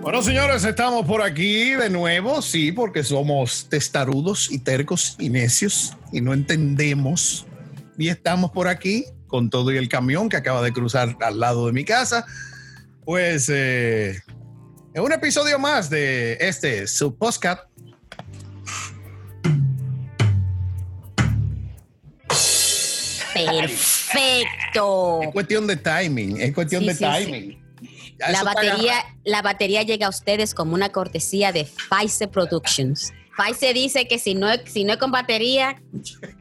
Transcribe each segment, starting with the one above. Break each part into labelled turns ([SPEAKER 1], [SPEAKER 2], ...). [SPEAKER 1] Bueno, señores, estamos por aquí de nuevo, sí, porque somos testarudos y tercos y necios y no entendemos. Y estamos por aquí con todo y el camión que acaba de cruzar al lado de mi casa. Pues eh, en un episodio más de este, su podcast.
[SPEAKER 2] Perfecto.
[SPEAKER 1] Es cuestión de timing, es cuestión
[SPEAKER 2] Sí,
[SPEAKER 1] de
[SPEAKER 2] sí,
[SPEAKER 1] timing. Ya
[SPEAKER 2] La
[SPEAKER 1] eso está
[SPEAKER 2] batería,
[SPEAKER 1] agarrado.
[SPEAKER 2] la batería llega a ustedes como una cortesía de Pfizer Productions. Pfizer dice que si no, es- si no es con batería,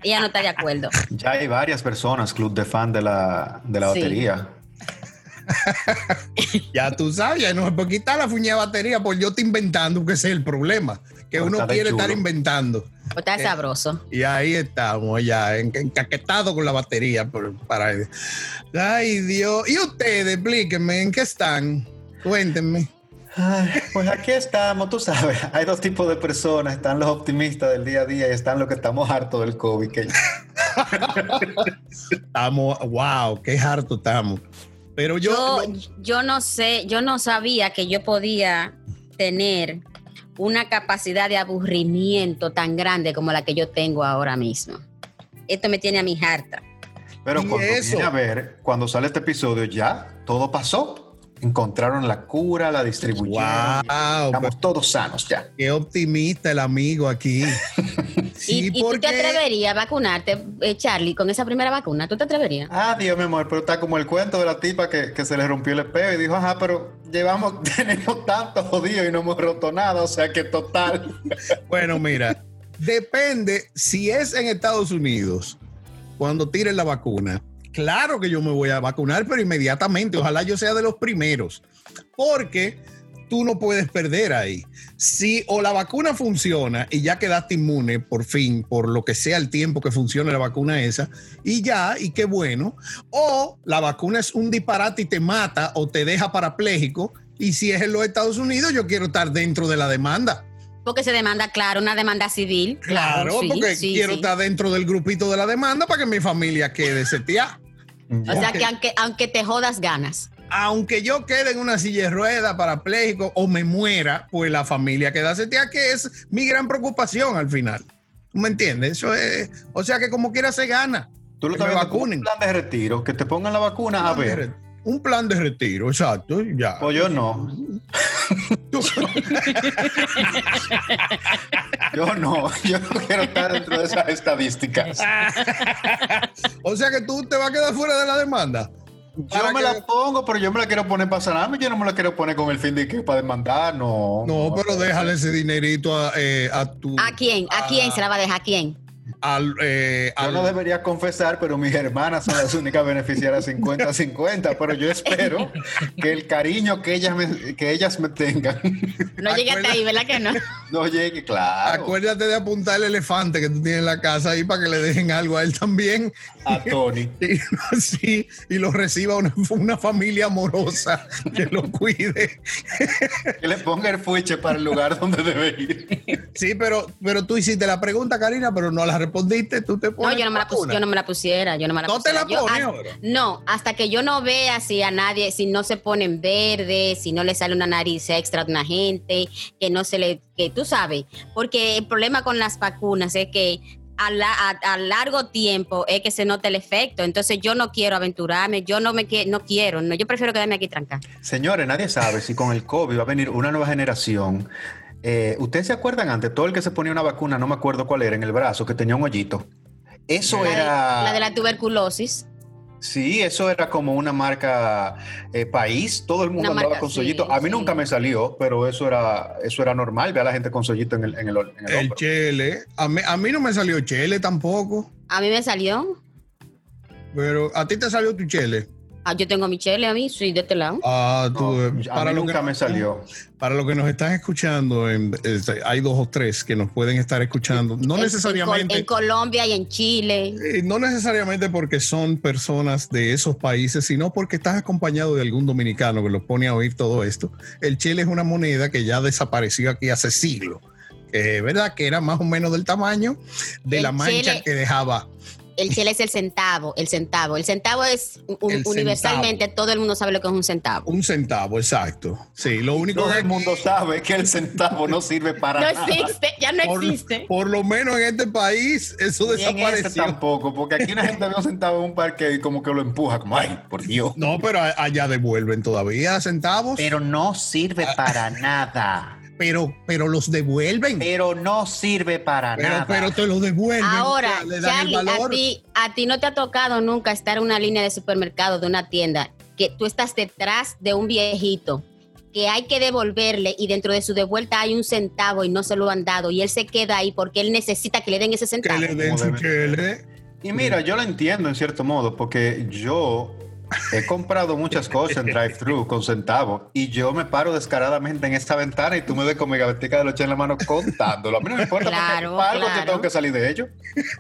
[SPEAKER 2] ella no está de acuerdo.
[SPEAKER 3] Ya hay varias personas, club de fan de la, de la
[SPEAKER 2] Sí.
[SPEAKER 3] batería.
[SPEAKER 1] Ya tú sabes, ya no se puede quitar la fuña de batería por yo te inventando, que ese es el problema, que
[SPEAKER 3] Por
[SPEAKER 1] uno
[SPEAKER 3] estar Pues de
[SPEAKER 1] quiere
[SPEAKER 3] chulo.
[SPEAKER 1] estar inventando.
[SPEAKER 2] O Está
[SPEAKER 1] Eh.
[SPEAKER 2] sabroso.
[SPEAKER 1] Y ahí estamos, ya en- encaquetado con la batería. por- para Ay, Dios. ¿Y ustedes, explíquenme, en qué están? Cuéntenme.
[SPEAKER 3] Ay, pues aquí estamos, tú sabes, hay dos tipos de personas, están los optimistas del día a día y están los que estamos hartos del COVID. que-
[SPEAKER 1] Estamos, wow, qué harto estamos. Pero yo,
[SPEAKER 2] Yo, yo no sé, yo no sabía que yo podía tener una capacidad de aburrimiento tan grande como la que yo tengo ahora mismo. Esto me tiene a mi harta.
[SPEAKER 3] Pero
[SPEAKER 1] ¿Y
[SPEAKER 3] cuando
[SPEAKER 1] eso?
[SPEAKER 3] viene a ver, cuando sale este episodio ya, todo pasó. Encontraron la cura, la distribuyeron.
[SPEAKER 1] wow,
[SPEAKER 3] Estamos todos sanos ya.
[SPEAKER 1] qué optimista el amigo aquí.
[SPEAKER 2] ¿Y, y tú te atreverías a vacunarte, eh, Charlie, con esa primera vacuna? ¿Tú te atreverías?
[SPEAKER 3] Ah, Dios mi amor, pero está como el cuento de la tipa que, que se le rompió el espejo y dijo, ajá, pero llevamos, tenemos tanto jodido y no hemos roto nada, o sea que total.
[SPEAKER 1] Bueno, mira, depende si es en Estados Unidos, cuando tiren la vacuna. Claro que yo me voy a vacunar, pero inmediatamente. Ojalá yo sea de los primeros, porque tú no puedes perder ahí. Si o la vacuna funciona y ya quedaste inmune por fin, por lo que sea el tiempo que funcione la vacuna esa, y ya, y qué bueno, o la vacuna es un disparate y te mata o te deja parapléjico, y si es en los Estados Unidos, yo quiero estar dentro de la demanda.
[SPEAKER 2] Porque se demanda, claro, una demanda civil.
[SPEAKER 1] Claro,
[SPEAKER 2] sí,
[SPEAKER 1] porque
[SPEAKER 2] sí,
[SPEAKER 1] quiero
[SPEAKER 2] sí.
[SPEAKER 1] estar dentro del grupito de la demanda para que mi familia quede seteada.
[SPEAKER 2] O sea que aunque, aunque te jodas ganas.
[SPEAKER 1] Aunque yo quede en una silla de ruedas parapléjico o me muera, pues la familia queda seteada, que es mi gran preocupación al final. ¿Tú ¿Me entiendes? Eso es, o sea que como quiera se gana.
[SPEAKER 3] Tú lo
[SPEAKER 1] Que me
[SPEAKER 3] estás viendo como
[SPEAKER 1] vacunen.
[SPEAKER 3] un plan de retiro, que te pongan la vacuna, a ver. Pues
[SPEAKER 1] Un plan de retiro, exacto, ya.
[SPEAKER 3] O yo no,
[SPEAKER 1] Tú-
[SPEAKER 3] yo no, yo no quiero estar dentro de esas estadísticas.
[SPEAKER 1] o sea que tú te vas a quedar fuera de la demanda. Para
[SPEAKER 3] Yo me
[SPEAKER 1] que-
[SPEAKER 3] la pongo, pero yo me la quiero poner para sanarme, yo no me la quiero poner con el fin de que para demandar, no.
[SPEAKER 1] No, pero déjale ese dinerito a, eh, a tu...
[SPEAKER 2] ¿A quién? ¿A quién
[SPEAKER 1] Ah.
[SPEAKER 2] se la va a dejar? ¿A quién?
[SPEAKER 1] al, eh,
[SPEAKER 3] Yo
[SPEAKER 1] al-
[SPEAKER 3] no debería confesar, pero mis hermanas son las únicas beneficiarias 50-50, pero yo espero que el cariño que ellas me, que ellas me tengan
[SPEAKER 1] Ah,
[SPEAKER 2] No llegué hasta ahí, ¿verdad que no?
[SPEAKER 3] no llegue, claro,
[SPEAKER 1] Acuérdate de apuntar el elefante que tú tienes en la casa ahí para que le dejen algo a él también.
[SPEAKER 3] a Tony.
[SPEAKER 1] Y, así, y lo reciba una, una familia amorosa que lo cuide.
[SPEAKER 3] Que le ponga el fuiche para el lugar donde debe ir.
[SPEAKER 1] Sí, pero, pero tú hiciste la pregunta, Karina, pero no la respondiste. Tú te
[SPEAKER 2] No,
[SPEAKER 1] pones
[SPEAKER 2] yo no me la, pus-
[SPEAKER 1] vacuna.
[SPEAKER 2] yo no me la pusiera. Yo no me la
[SPEAKER 1] ¿No te
[SPEAKER 2] pusiera.
[SPEAKER 1] la
[SPEAKER 2] Yo-
[SPEAKER 1] pones
[SPEAKER 2] a-
[SPEAKER 1] ahora?
[SPEAKER 2] No, hasta que yo no vea si a nadie, si no se ponen verde, si no le sale una nariz extra a una gente, que no se le, que tú sabes, porque el problema con las vacunas es que a, la- a- a largo tiempo es que se nota el efecto. Entonces yo no quiero aventurarme, yo no me que- no quiero, no, yo prefiero quedarme aquí trancada.
[SPEAKER 3] Señores, nadie sabe si con el COVID va a venir una nueva generación. Eh, ¿Ustedes se acuerdan antes? Todo el que se ponía una vacuna, no me acuerdo cuál era, en el brazo, que tenía un hoyito. Eso
[SPEAKER 2] La
[SPEAKER 1] Pues,
[SPEAKER 2] de-
[SPEAKER 3] era...
[SPEAKER 1] ah.
[SPEAKER 2] la de la tuberculosis.
[SPEAKER 3] Sí, eso era como una marca eh, país, todo el mundo andaba
[SPEAKER 2] marca,
[SPEAKER 3] con
[SPEAKER 2] sí,
[SPEAKER 3] sollito. A mí
[SPEAKER 2] sí.
[SPEAKER 3] nunca me salió, pero eso era, eso era normal, ve a la gente con sollito en el, en el, en el
[SPEAKER 1] El
[SPEAKER 3] hombro.
[SPEAKER 1] chele. A mí, a mí no me salió chele tampoco.
[SPEAKER 2] A mí me salió.
[SPEAKER 1] Pero a ti te salió tu chele.
[SPEAKER 2] Ah, yo tengo a Michelle a mí, soy de este lado.
[SPEAKER 1] Ah,
[SPEAKER 3] No,
[SPEAKER 1] tú, eh,
[SPEAKER 3] a mí
[SPEAKER 1] lo
[SPEAKER 3] nunca
[SPEAKER 1] que-
[SPEAKER 3] me salió.
[SPEAKER 1] Para los que nos están escuchando, en- eh, hay dos o tres que nos pueden estar escuchando. No
[SPEAKER 2] En- En,
[SPEAKER 1] necesariamente.
[SPEAKER 2] Col- en Colombia y en Chile.
[SPEAKER 1] Eh, No necesariamente porque son personas de esos países, sino porque estás acompañado de algún dominicano que los pone a oír todo esto. El chile es una moneda que ya desapareció aquí hace siglos. Eh, ¿Verdad? Que era más o menos del tamaño de
[SPEAKER 2] El
[SPEAKER 1] la mancha
[SPEAKER 2] chele-
[SPEAKER 1] que dejaba.
[SPEAKER 2] El chile es el centavo, el centavo. El centavo es un-
[SPEAKER 1] El
[SPEAKER 2] universalmente, todo el mundo sabe lo que es un centavo.
[SPEAKER 1] Un centavo, exacto. Sí, lo único
[SPEAKER 3] Todo
[SPEAKER 1] que
[SPEAKER 3] el mundo sabe que el centavo no sirve para
[SPEAKER 2] No
[SPEAKER 3] nada.
[SPEAKER 2] existe, ya no
[SPEAKER 1] por,
[SPEAKER 2] existe.
[SPEAKER 1] por lo menos en este país eso
[SPEAKER 3] Ni en este
[SPEAKER 1] desapareció.
[SPEAKER 3] tampoco, porque aquí una gente ve un centavo en un parque y como que lo empuja, como, ay, por Dios.
[SPEAKER 1] No, pero a- allá devuelven todavía centavos, pero,
[SPEAKER 3] no sirve para nada.
[SPEAKER 1] pero, los devuelven. Pero,
[SPEAKER 3] Pero no sirve para
[SPEAKER 1] pero, te los devuelven. o
[SPEAKER 2] Ahora,
[SPEAKER 1] sea, le dan
[SPEAKER 2] Charlie,
[SPEAKER 1] el
[SPEAKER 2] a
[SPEAKER 1] valor.
[SPEAKER 2] ti, a ti no te ha tocado nunca estar en una línea de supermercado, de una tienda, que tú estás detrás de un viejito que hay que devolverle y dentro de su devuelta hay un centavo y no se lo han dado y él se queda ahí porque él necesita que le den ese
[SPEAKER 1] que
[SPEAKER 2] centavo.
[SPEAKER 1] le den su
[SPEAKER 3] Como debe.
[SPEAKER 1] chele.
[SPEAKER 3] Y mira, yo lo entiendo en cierto modo, porque yo he comprado muchas cosas en drive-thru con centavos y yo me paro descaradamente en esta ventana y tú me ves con mi gavetica de noche en la mano contándolo. A mí no me importa
[SPEAKER 2] Claro,
[SPEAKER 3] porque algo
[SPEAKER 2] claro.
[SPEAKER 3] yo tengo que salir de ello.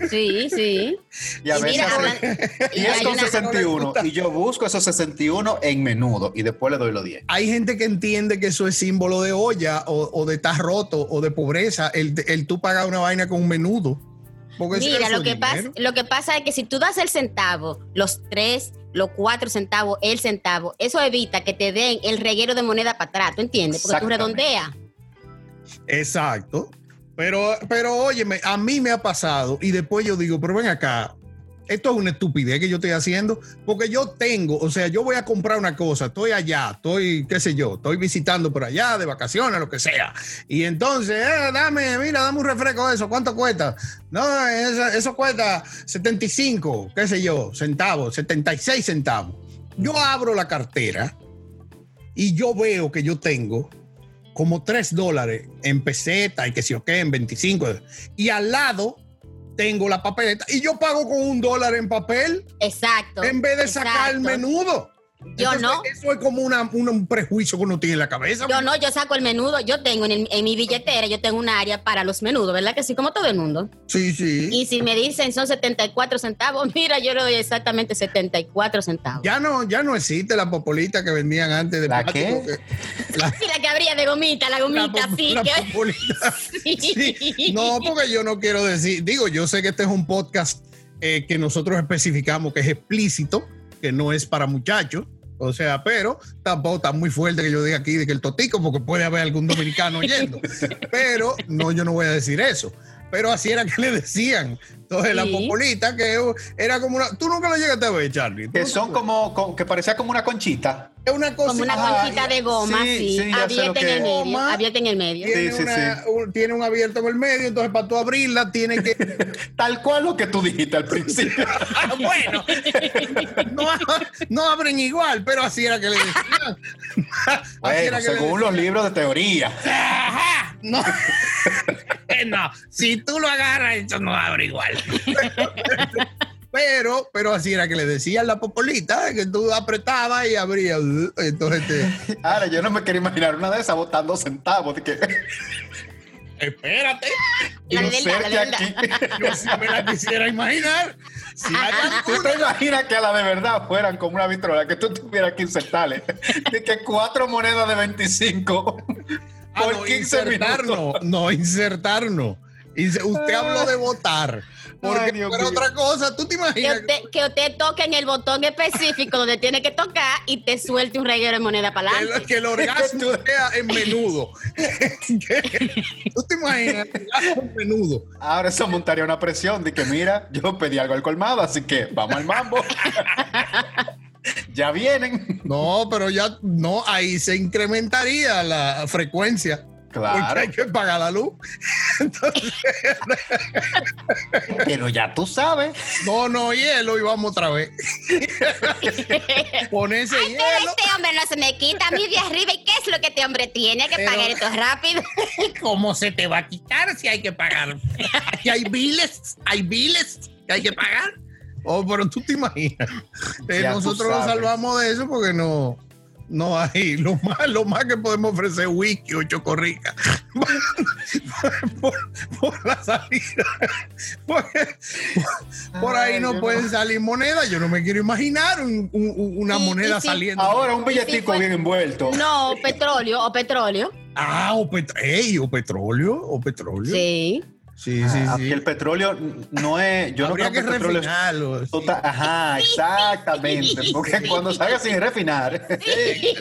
[SPEAKER 2] Sí, sí.
[SPEAKER 3] Y a
[SPEAKER 2] Y
[SPEAKER 3] veces
[SPEAKER 2] mira,
[SPEAKER 3] así-
[SPEAKER 2] hablan- y
[SPEAKER 3] y es
[SPEAKER 2] hay
[SPEAKER 3] con
[SPEAKER 2] una-
[SPEAKER 3] 61 y yo busco esos 61 en menudo y después le doy los 10.
[SPEAKER 1] Hay gente que entiende que eso es símbolo de olla o, o de estar roto o de pobreza, el, el tú pagas una vaina con un menudo. Porque eso
[SPEAKER 2] Mira,
[SPEAKER 1] es
[SPEAKER 2] lo que, pasa,
[SPEAKER 1] dinero.
[SPEAKER 2] lo que pasa es que si tú das el centavo, los tres, los cuatro centavos, el centavo, eso evita que te den el reguero de moneda para atrás, ¿tú entiendes? Porque tú
[SPEAKER 3] Exactamente.
[SPEAKER 2] redondeas.
[SPEAKER 1] Exacto. Pero, pero óyeme, a mí me ha pasado y después yo digo, pero ven acá, esto es una estupidez que yo estoy haciendo, porque yo tengo, o sea, yo voy a comprar una cosa, estoy allá, estoy, qué sé yo, estoy visitando por allá, de vacaciones, lo que sea. Y entonces, eh, dame, mira, dame un refresco de eso, ¿cuánto cuesta? No, eso, eso cuesta 75, qué sé yo, centavos, 76 centavos. Yo abro la cartera y yo veo que yo tengo como 3 dólares en peseta y que si o qué, en 25. Y al lado tengo la papeleta y yo pago con un dólar en papel
[SPEAKER 2] Exacto.
[SPEAKER 1] en vez de sacar el
[SPEAKER 2] exacto.
[SPEAKER 1] menudo.
[SPEAKER 2] Yo no.
[SPEAKER 1] Eso es como una- un- un prejuicio que uno tiene en la cabeza.
[SPEAKER 2] Yo no, yo saco el menudo, yo tengo en, el- en mi billetera, yo tengo un área para los menudos, ¿verdad? Que sí, como todo el mundo.
[SPEAKER 1] Sí, sí.
[SPEAKER 2] Y si me dicen son 74 centavos, mira, yo le doy exactamente 74 centavos.
[SPEAKER 1] ya no, ya no existe la popolita que vendían antes de
[SPEAKER 3] ¿La
[SPEAKER 1] plástico,
[SPEAKER 3] qué?
[SPEAKER 1] que- la-
[SPEAKER 2] Sí, la que habría de gomita, la
[SPEAKER 1] la
[SPEAKER 2] gomita,
[SPEAKER 1] pop-
[SPEAKER 2] sí.
[SPEAKER 1] la
[SPEAKER 2] que-
[SPEAKER 1] popolita.
[SPEAKER 2] sí.
[SPEAKER 1] Sí, No, porque yo no quiero decir, digo, yo sé que este es un podcast eh, que nosotros especificamos que es explícito, que no es para muchachos, o sea, pero tampoco está muy fuerte que yo diga aquí de que el totico, porque puede haber algún dominicano oyendo, pero no, yo no voy a decir eso. Pero así era que le decían. Entonces, la
[SPEAKER 2] Sí.
[SPEAKER 1] popolita, que era como una. Tú nunca lo llegaste a ver, Charlie. ¿Tú
[SPEAKER 3] Que
[SPEAKER 1] no te
[SPEAKER 3] son
[SPEAKER 1] acuerdas?
[SPEAKER 3] como, con- que parecía como una conchita.
[SPEAKER 1] Es una cosa.
[SPEAKER 2] Como una
[SPEAKER 3] Ah,
[SPEAKER 2] conchita de goma,
[SPEAKER 3] sí,
[SPEAKER 2] sí.
[SPEAKER 3] sí, ya sé lo
[SPEAKER 2] abierta en
[SPEAKER 3] que
[SPEAKER 2] el
[SPEAKER 1] es.
[SPEAKER 2] medio,
[SPEAKER 1] Goma.
[SPEAKER 2] abierta en el medio.
[SPEAKER 1] Tiene,
[SPEAKER 3] Sí, sí,
[SPEAKER 1] una- un- tiene un abierto en el medio, entonces para tú abrirla tiene que
[SPEAKER 3] Tal cual lo que tú dijiste al principio.
[SPEAKER 1] Ah, bueno, no, no abren igual, pero así era que le decían. Así
[SPEAKER 3] Bueno,
[SPEAKER 1] Ah, era que le
[SPEAKER 3] según los libros de teoría.
[SPEAKER 1] Ajá, no. no, si tú lo agarras, eso no abre igual. Pero, pero así era que le decían la popolita, que tú apretabas y abrías. Entonces te-
[SPEAKER 3] Ahora, yo no me quería imaginar una de esas botando centavos. de que-
[SPEAKER 1] Espérate,
[SPEAKER 2] La
[SPEAKER 3] y un
[SPEAKER 2] de
[SPEAKER 3] ser
[SPEAKER 2] verdad,
[SPEAKER 3] que
[SPEAKER 2] la de
[SPEAKER 3] aquí-
[SPEAKER 1] yo sí me la quisiera imaginar. Si hay
[SPEAKER 3] ¿Tú
[SPEAKER 1] alguna-
[SPEAKER 3] te imaginas que a la de verdad fueran como una vitrola, que tú tuvieras 15 tales? De que cuatro monedas de 25
[SPEAKER 1] Ah,
[SPEAKER 3] por
[SPEAKER 1] no,
[SPEAKER 3] 15
[SPEAKER 1] insertar
[SPEAKER 3] minutos. Ah.
[SPEAKER 1] no, no, insertar no. Inse- Usted habló de votar. Porque
[SPEAKER 3] Ay, Dios
[SPEAKER 1] fuera
[SPEAKER 3] mío.
[SPEAKER 1] otra cosa, tú te
[SPEAKER 2] Que
[SPEAKER 1] imaginas.
[SPEAKER 2] usted, que usted toque en el botón específico donde tiene que tocar y te suelte un reguero de moneda para
[SPEAKER 1] Que,
[SPEAKER 2] adelante.
[SPEAKER 1] el- que el orgasmo
[SPEAKER 3] Tú-
[SPEAKER 1] sea en menudo. ¿Tú te imaginas? El orgasmo en menudo.
[SPEAKER 3] Ahora eso montaría una presión de que, mira, yo pedí algo al colmado, así que vamos al mambo. ya vienen.
[SPEAKER 1] No, pero ya no, ahí se incrementaría la frecuencia. Porque
[SPEAKER 3] Claro,
[SPEAKER 1] hay que pagar la luz. Entonces,
[SPEAKER 3] pero ya tú sabes.
[SPEAKER 1] no, no, hielo y vamos otra vez. Ponerse
[SPEAKER 2] Pero
[SPEAKER 1] hielo.
[SPEAKER 2] este hombre no se me quita a mí de arriba. ¿Y qué es lo que este hombre tiene? Hay que
[SPEAKER 1] Pero-
[SPEAKER 2] pagar esto rápido.
[SPEAKER 1] ¿Cómo se te va a quitar si hay que pagar? Aquí hay biles, hay biles que hay que pagar. Oh, pero tú te imaginas. Eh,
[SPEAKER 3] Ya tú
[SPEAKER 1] nosotros nos
[SPEAKER 3] sabes.
[SPEAKER 1] salvamos de eso porque no, no hay. Lo más, lo más que podemos ofrecer es whisky o chocorrica por, por la salida. Porque por ahí
[SPEAKER 3] Ay,
[SPEAKER 1] no
[SPEAKER 3] Dios.
[SPEAKER 1] pueden salir monedas. Yo no me quiero imaginar un- un- un- una
[SPEAKER 2] Y- y
[SPEAKER 1] moneda
[SPEAKER 2] si-
[SPEAKER 1] saliendo.
[SPEAKER 3] Ahora un
[SPEAKER 2] Y si
[SPEAKER 3] billetico
[SPEAKER 2] fue-
[SPEAKER 3] bien envuelto.
[SPEAKER 2] No, petróleo o petróleo.
[SPEAKER 1] Ah, o, pet- ey, o petróleo, o petróleo.
[SPEAKER 2] Sí.
[SPEAKER 1] Sí, sí,
[SPEAKER 3] Ah, que
[SPEAKER 1] sí.
[SPEAKER 3] el petróleo no es. Yo
[SPEAKER 1] Habría que
[SPEAKER 3] no creo que el petróleo. es
[SPEAKER 1] refinarlo. sí.
[SPEAKER 3] total- Ajá, exactamente. Porque cuando salga sin refinar.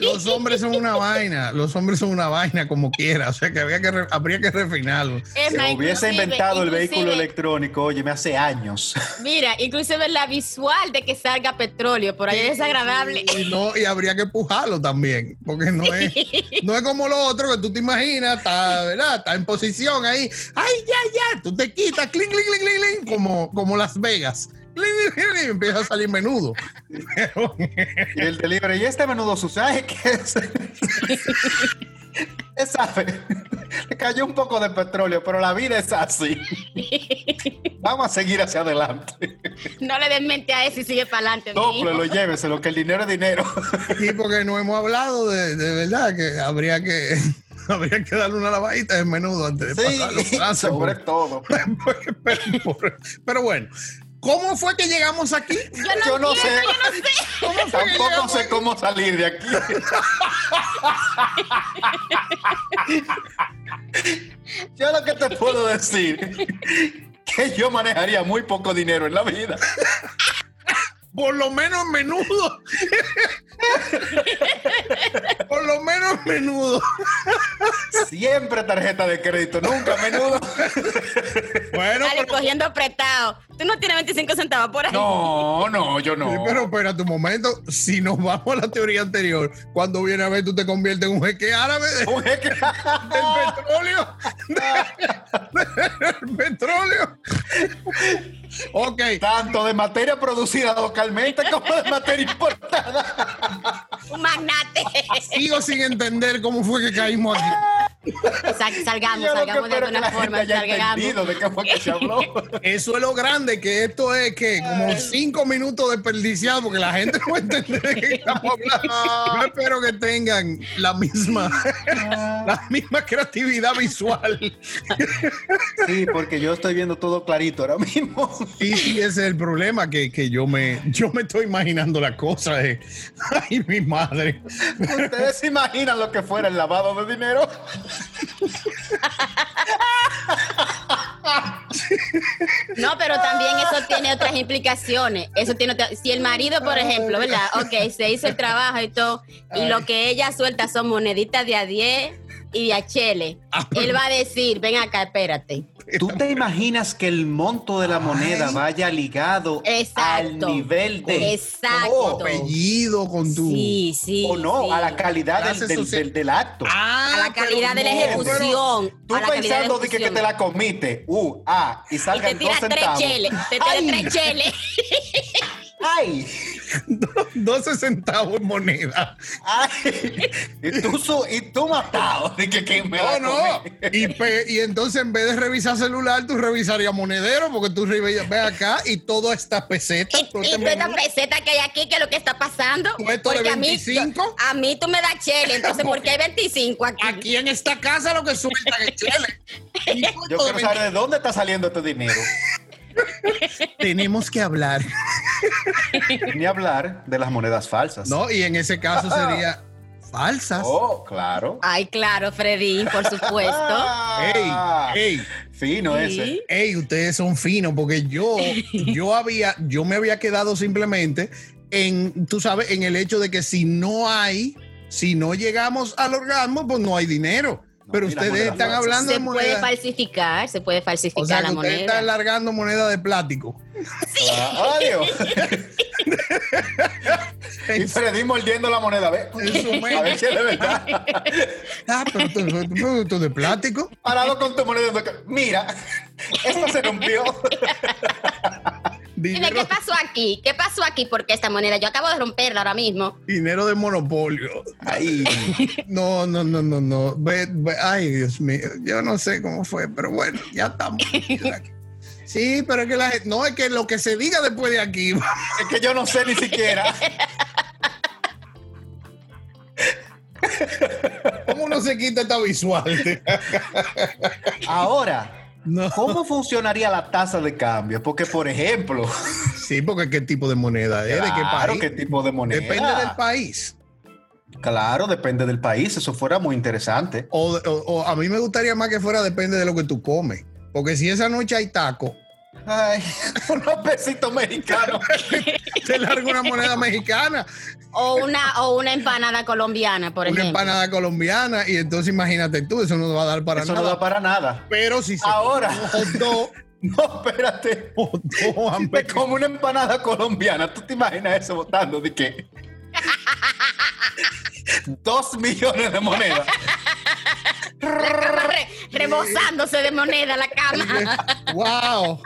[SPEAKER 1] Los hombres son una vaina, los hombres son una vaina como quiera, o sea que habría que, re- habría que refinarlo.
[SPEAKER 3] Si hubiese inventado el vehículo electrónico, oye, me hace años.
[SPEAKER 2] Mira, inclusive la visual de que salga petróleo por ahí es desagradable.
[SPEAKER 1] Y, no, y habría que pujarlo también, porque no es, no es como lo otro que tú te imaginas, está, ¿verdad? Está en posición ahí, ay, ya, ya, tú te quitas, clink, clink, clink, clink, clink, como, como Las Vegas. Clink, clink, clink, clink, empieza a salir menudo. Pero,
[SPEAKER 3] Y el delivery, y este menudo susaje que es. Usted sabe, le cayó un poco de petróleo, pero la vida es así. Vamos a seguir hacia adelante.
[SPEAKER 2] No le des mente a eso y sigue para adelante.
[SPEAKER 3] Tóplelo, lléveselo, que el dinero es dinero.
[SPEAKER 1] y porque no hemos hablado de, de verdad que habría que habría que darle una lavadita de menudo antes de pasar los
[SPEAKER 3] Sí,
[SPEAKER 1] frases,
[SPEAKER 3] sobre
[SPEAKER 1] porque-
[SPEAKER 3] todo.
[SPEAKER 1] porque- pero, por- pero bueno, ¿cómo fue que llegamos aquí?
[SPEAKER 3] Yo no sé,
[SPEAKER 1] ¿Cómo fue que
[SPEAKER 3] tampoco
[SPEAKER 1] llegamos
[SPEAKER 3] sé cómo salir de aquí. Yo lo que te puedo decir que yo manejaría muy poco dinero en la vida.
[SPEAKER 1] Por lo menos menudo. Por lo menos menudo.
[SPEAKER 3] Siempre tarjeta de crédito, nunca a menudo.
[SPEAKER 1] Bueno,
[SPEAKER 2] Dale, pues.
[SPEAKER 1] pero,
[SPEAKER 2] cogiendo apretado. Tú no tienes 25 centavos por ahí.
[SPEAKER 3] No, no, yo no.
[SPEAKER 1] pero espérate un momento. Si nos vamos a la teoría anterior, cuando viene a ver tú te conviertes en un jeque árabe de- del
[SPEAKER 3] Un jeque-
[SPEAKER 1] petróleo. del petróleo. Ok,
[SPEAKER 3] Tanto de materia producida localmente como de materia importada.
[SPEAKER 2] Un magnate.
[SPEAKER 1] sigo sin entender cómo fue que caímos aquí.
[SPEAKER 2] Sal-
[SPEAKER 3] Yo
[SPEAKER 2] salgamos,
[SPEAKER 3] lo que
[SPEAKER 2] salgamos de
[SPEAKER 3] espero que
[SPEAKER 2] alguna
[SPEAKER 3] la gente
[SPEAKER 2] forma.
[SPEAKER 3] haya
[SPEAKER 2] Salgamos.
[SPEAKER 3] entendido de qué fue que se habló.
[SPEAKER 1] Eso es lo grande, que esto es que como cinco minutos desperdiciados, porque la gente no entiende de qué estamos hablando. Yo espero que tengan la misma,
[SPEAKER 3] Ah.
[SPEAKER 1] la misma creatividad visual.
[SPEAKER 3] Sí, porque yo estoy viendo todo clarito ahora mismo.
[SPEAKER 1] Y sí, ese es el problema, que, que yo, me, yo me estoy imaginando la cosa de, ay, mi madre.
[SPEAKER 3] Ustedes se imaginan lo que fuera el lavado de dinero.
[SPEAKER 2] No, pero también
[SPEAKER 3] Ah.
[SPEAKER 2] eso tiene otras implicaciones. Eso tiene otra- Si el marido, por ejemplo, ¿verdad? Ok, se hizo el trabajo y todo, y lo que ella suelta son moneditas de a 10 y de a chele.
[SPEAKER 3] Ah.
[SPEAKER 2] Él va a decir, ven acá, espérate.
[SPEAKER 3] ¿Tú te imaginas que el monto de la moneda vaya ligado
[SPEAKER 2] Exacto.
[SPEAKER 3] al nivel de
[SPEAKER 2] Exacto.
[SPEAKER 3] Oh,
[SPEAKER 1] Apellido con tu...
[SPEAKER 2] Sí, sí.
[SPEAKER 3] o no
[SPEAKER 2] sí.
[SPEAKER 3] a la calidad del,
[SPEAKER 1] Clases
[SPEAKER 3] del-
[SPEAKER 1] sociales.
[SPEAKER 3] del- del acto?
[SPEAKER 1] Ah,
[SPEAKER 2] A la
[SPEAKER 1] pero
[SPEAKER 2] calidad de la
[SPEAKER 1] no, pero-
[SPEAKER 2] ejecución.
[SPEAKER 3] Tú
[SPEAKER 2] a la calidad de
[SPEAKER 3] pensando de que, que
[SPEAKER 2] ejecución.
[SPEAKER 3] te la comiste, uh, ah, y
[SPEAKER 2] Y te
[SPEAKER 3] salgan dos
[SPEAKER 2] tiras tres
[SPEAKER 3] centavos.
[SPEAKER 2] cheles. Te
[SPEAKER 3] Ay.
[SPEAKER 2] tiras tres cheles.
[SPEAKER 3] ¡Ay!
[SPEAKER 1] 12 centavos en moneda.
[SPEAKER 3] ¡Ay! Y tú, su- y tú matado. De que, que me
[SPEAKER 1] No,
[SPEAKER 3] la
[SPEAKER 1] no.
[SPEAKER 3] comí.
[SPEAKER 1] Y, pe- y entonces en vez de revisar celular, tú revisarías monedero, porque tú revisas, ve acá y todas estas pesetas.
[SPEAKER 2] Y,
[SPEAKER 1] todo
[SPEAKER 2] y
[SPEAKER 1] este
[SPEAKER 2] toda esta
[SPEAKER 1] menú.
[SPEAKER 2] peseta que hay aquí, que es lo que está pasando.
[SPEAKER 1] Puesto de
[SPEAKER 2] a mí,
[SPEAKER 1] 25.
[SPEAKER 2] a mí tú me das chele, entonces ¿por qué hay 25 aquí?
[SPEAKER 1] Aquí en esta casa lo que sueltan es chele.
[SPEAKER 3] Yo quiero saber de dónde está saliendo este dinero.
[SPEAKER 1] Tenemos que hablar.
[SPEAKER 3] Ni hablar de las monedas falsas.
[SPEAKER 1] No, y en ese caso sería falsas.
[SPEAKER 3] Oh, claro.
[SPEAKER 2] Ay, claro, Freddy, por supuesto.
[SPEAKER 3] Ah,
[SPEAKER 1] Ey, ey.
[SPEAKER 3] Fino
[SPEAKER 2] Sí.
[SPEAKER 3] ese.
[SPEAKER 1] Ey, ustedes son finos, porque yo, yo había, yo me había quedado simplemente en, tú sabes, en el hecho de que si no hay, si no llegamos al orgasmo, pues no hay dinero.
[SPEAKER 3] No,
[SPEAKER 1] Pero
[SPEAKER 3] y las
[SPEAKER 1] ustedes
[SPEAKER 3] monedas
[SPEAKER 1] están
[SPEAKER 3] falsas.
[SPEAKER 1] hablando
[SPEAKER 2] Se
[SPEAKER 1] de
[SPEAKER 2] puede
[SPEAKER 1] moneda.
[SPEAKER 2] falsificar, se puede falsificar
[SPEAKER 1] O sea,
[SPEAKER 2] la
[SPEAKER 1] que ustedes están
[SPEAKER 2] moneda.
[SPEAKER 1] largando moneda de plástico.
[SPEAKER 3] Ah, adiós. Y Freddy mordiendo la moneda. A ver,
[SPEAKER 1] En su mente.
[SPEAKER 3] a ver si es de verdad.
[SPEAKER 1] Ah, pero tú, tú- tú de plástico.
[SPEAKER 3] Parado con tu moneda. en tu ca- Mira, esto se rompió.
[SPEAKER 2] Dime,
[SPEAKER 1] Dinero,
[SPEAKER 2] ¿qué pasó aquí? ¿Qué pasó aquí? Porque esta moneda, yo acabo de romperla ahora mismo.
[SPEAKER 1] dinero de monopolio.
[SPEAKER 3] Ay,
[SPEAKER 1] No, no, no, no, no. Ve- ve- ay, Dios mío. Yo no sé cómo fue, pero bueno, ya estamos. Sí, pero es que la gente. No, es que lo que se diga después de aquí.
[SPEAKER 3] es que yo no sé ni siquiera.
[SPEAKER 1] ¿Cómo no se quita esta visual?
[SPEAKER 3] Ahora,
[SPEAKER 1] No.
[SPEAKER 3] ¿cómo funcionaría la tasa de cambio? Porque, por ejemplo,
[SPEAKER 1] Sí, porque qué tipo de moneda es, de qué
[SPEAKER 3] claro,
[SPEAKER 1] país.
[SPEAKER 3] ¿qué tipo de moneda?
[SPEAKER 1] Depende del país.
[SPEAKER 3] Claro, depende del país. Eso fuera muy interesante.
[SPEAKER 1] O, o- o a mí me gustaría más que fuera depende de lo que tú comes. Porque si esa noche hay taco,
[SPEAKER 3] Ay, unos pesitos mexicanos.
[SPEAKER 1] se larga una moneda mexicana,
[SPEAKER 2] O una, o una empanada colombiana, por
[SPEAKER 1] una
[SPEAKER 2] ejemplo.
[SPEAKER 1] empanada colombiana, y entonces imagínate tú, eso no va a dar para
[SPEAKER 3] Eso no
[SPEAKER 1] nada.
[SPEAKER 3] da para nada.
[SPEAKER 1] Pero si se
[SPEAKER 3] Ahora.
[SPEAKER 1] hot dog,
[SPEAKER 3] No, espérate.
[SPEAKER 1] hot dog,
[SPEAKER 3] Me
[SPEAKER 1] hamburguesa.
[SPEAKER 3] como una empanada colombiana. ¿Tú te imaginas eso votando de qué? Dos millones de monedas.
[SPEAKER 2] Cama re- rebosándose de moneda la cama.
[SPEAKER 1] wow,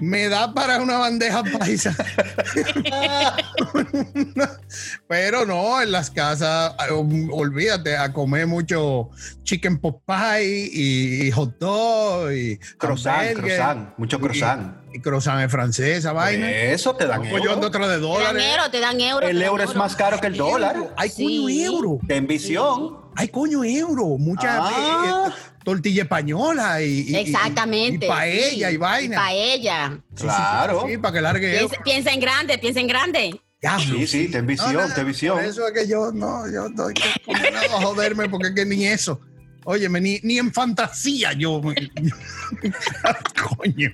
[SPEAKER 1] me da para una bandeja paisa. Pero no, en las casas, eh, um, olvídate, a comer mucho chicken pot pie y, y hot dog y
[SPEAKER 3] Croissant,
[SPEAKER 1] hamburger.
[SPEAKER 3] croissant, mucho croissant.
[SPEAKER 1] Y, y croissant es francés, esa vaina.
[SPEAKER 3] Eso te dan.
[SPEAKER 1] Pues yo ando
[SPEAKER 3] euro.
[SPEAKER 1] atrás de
[SPEAKER 2] Te dan
[SPEAKER 1] dólares.
[SPEAKER 2] euro, te dan euro.
[SPEAKER 3] El
[SPEAKER 2] te dan
[SPEAKER 3] euro es más caro que el dólar.
[SPEAKER 1] Ay, coño,
[SPEAKER 2] Sí.
[SPEAKER 1] euro.
[SPEAKER 3] De ambición.
[SPEAKER 1] Ay, coño, euro. Mucha
[SPEAKER 3] Ah.
[SPEAKER 1] eh, eh, tortilla española y, y- y-
[SPEAKER 2] Exactamente.
[SPEAKER 1] Y, paella
[SPEAKER 2] sí,
[SPEAKER 1] y vaina.
[SPEAKER 2] paella.
[SPEAKER 1] Sí, sí, sí,
[SPEAKER 3] Claro.
[SPEAKER 1] Sí, para que largue euro.
[SPEAKER 2] Piensa, piensa en grande, piensa en grande.
[SPEAKER 1] Diablo.
[SPEAKER 3] Sí, sí, de
[SPEAKER 1] No,
[SPEAKER 3] ambición,
[SPEAKER 1] no,
[SPEAKER 3] de
[SPEAKER 1] Por
[SPEAKER 3] visión.
[SPEAKER 1] eso es que yo no, yo estoy condenado a joderme porque es que ni eso. Óyeme, ni, ni en fantasía yo. me- Coño,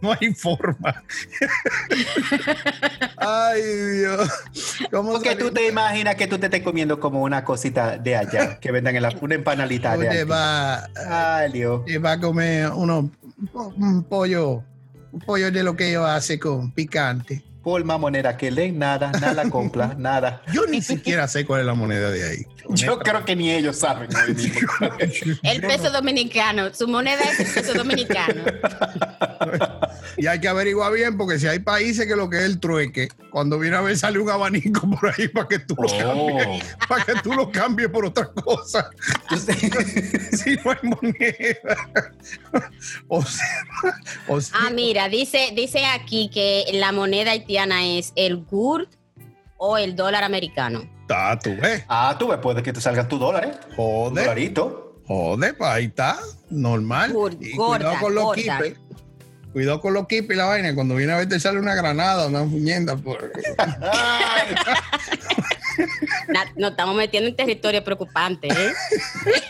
[SPEAKER 1] no hay forma. Ay, Dios. ¿Cómo
[SPEAKER 3] Porque tú
[SPEAKER 1] salimos?
[SPEAKER 3] te imaginas que tú te estés comiendo como una cosita de allá, que vendan en la, una empanadita de
[SPEAKER 1] Oye,
[SPEAKER 3] allá.
[SPEAKER 1] va,
[SPEAKER 3] Ay, Dios.
[SPEAKER 1] eh, va a comer uno, un pollo, un pollo de lo que ellos hacen con picante.
[SPEAKER 3] Por más moneda que le nada, nada compra, nada.
[SPEAKER 1] Yo ni siquiera sé cuál es la moneda de ahí.
[SPEAKER 3] Yo creo que ni ellos saben. hoy mismo.
[SPEAKER 2] El peso dominicano. Su moneda es el peso dominicano.
[SPEAKER 1] Y hay que averiguar bien, porque si hay países que lo que es el trueque, cuando viene a ver sale un abanico por ahí para que tú lo cambies,
[SPEAKER 3] Oh.
[SPEAKER 1] para que tú lo cambies por otra cosa. si no hay moneda. o sea, o sea,
[SPEAKER 2] Ah, mira, dice, dice aquí que la moneda haitiana es el GURD o el dólar americano.
[SPEAKER 1] está, tú ves.
[SPEAKER 3] Ah, tú ves, puede que te salgan tus dólares. Un
[SPEAKER 1] Joder,
[SPEAKER 3] dolarito.
[SPEAKER 1] joder, pues ahí está, normal.
[SPEAKER 2] Gorda,
[SPEAKER 1] Y cuidado con los
[SPEAKER 2] gorda.
[SPEAKER 1] kipes. Cuidado con los kipes y la vaina. Cuando viene a ver te sale una granada, una pues, muñenda. por-
[SPEAKER 3] Ay,
[SPEAKER 2] Na- nos estamos metiendo en territorio preocupante, ¿eh?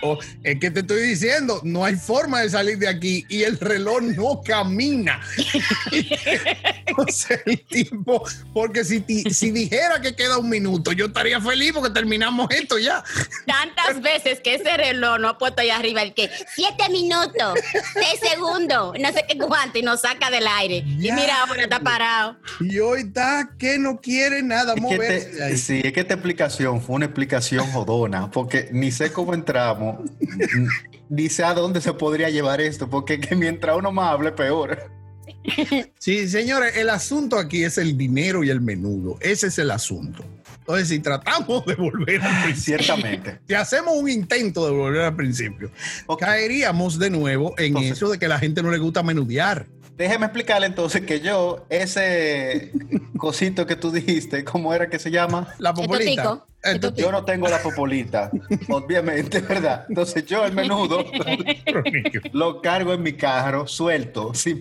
[SPEAKER 1] O- es que te estoy diciendo, no hay forma de salir de aquí y el reloj no camina. o sea, el tiempo, porque si, ti- si dijera que queda un minuto, yo estaría feliz porque terminamos esto ya.
[SPEAKER 2] Tantas veces que ese reloj no ha puesto ahí arriba el que siete minutos, seis segundos, no sé qué cuánto, y nos saca del aire. Y mira, ahora está parado.
[SPEAKER 1] Y hoy está que no quiere nada
[SPEAKER 3] es que
[SPEAKER 1] moverse. de
[SPEAKER 3] te-
[SPEAKER 1] ahí.
[SPEAKER 3] sí, es que esta explicación fue una explicación jodona, porque ni sé cómo entramos, n- ni sé a dónde se podría llevar esto, porque es que mientras uno más hable, peor.
[SPEAKER 1] Sí, señores, el asunto aquí es el dinero y el menudo. Ese es el asunto. Entonces, si tratamos de volver al principio.
[SPEAKER 3] Ciertamente.
[SPEAKER 1] Si hacemos un intento de volver al principio,
[SPEAKER 3] Ok.
[SPEAKER 1] caeríamos de nuevo en
[SPEAKER 3] Entonces-
[SPEAKER 1] eso de que la gente no le gusta menudear.
[SPEAKER 3] Déjeme explicarle entonces que yo, ese cosito que tú dijiste, ¿cómo era que se llama?
[SPEAKER 1] La
[SPEAKER 2] El
[SPEAKER 1] popolita.
[SPEAKER 2] totico,
[SPEAKER 1] El
[SPEAKER 2] el
[SPEAKER 1] totico.
[SPEAKER 3] Yo no tengo la popolita, obviamente, ¿verdad? Entonces yo el menudo
[SPEAKER 1] Eh,
[SPEAKER 3] lo cargo en mi carro suelto, sin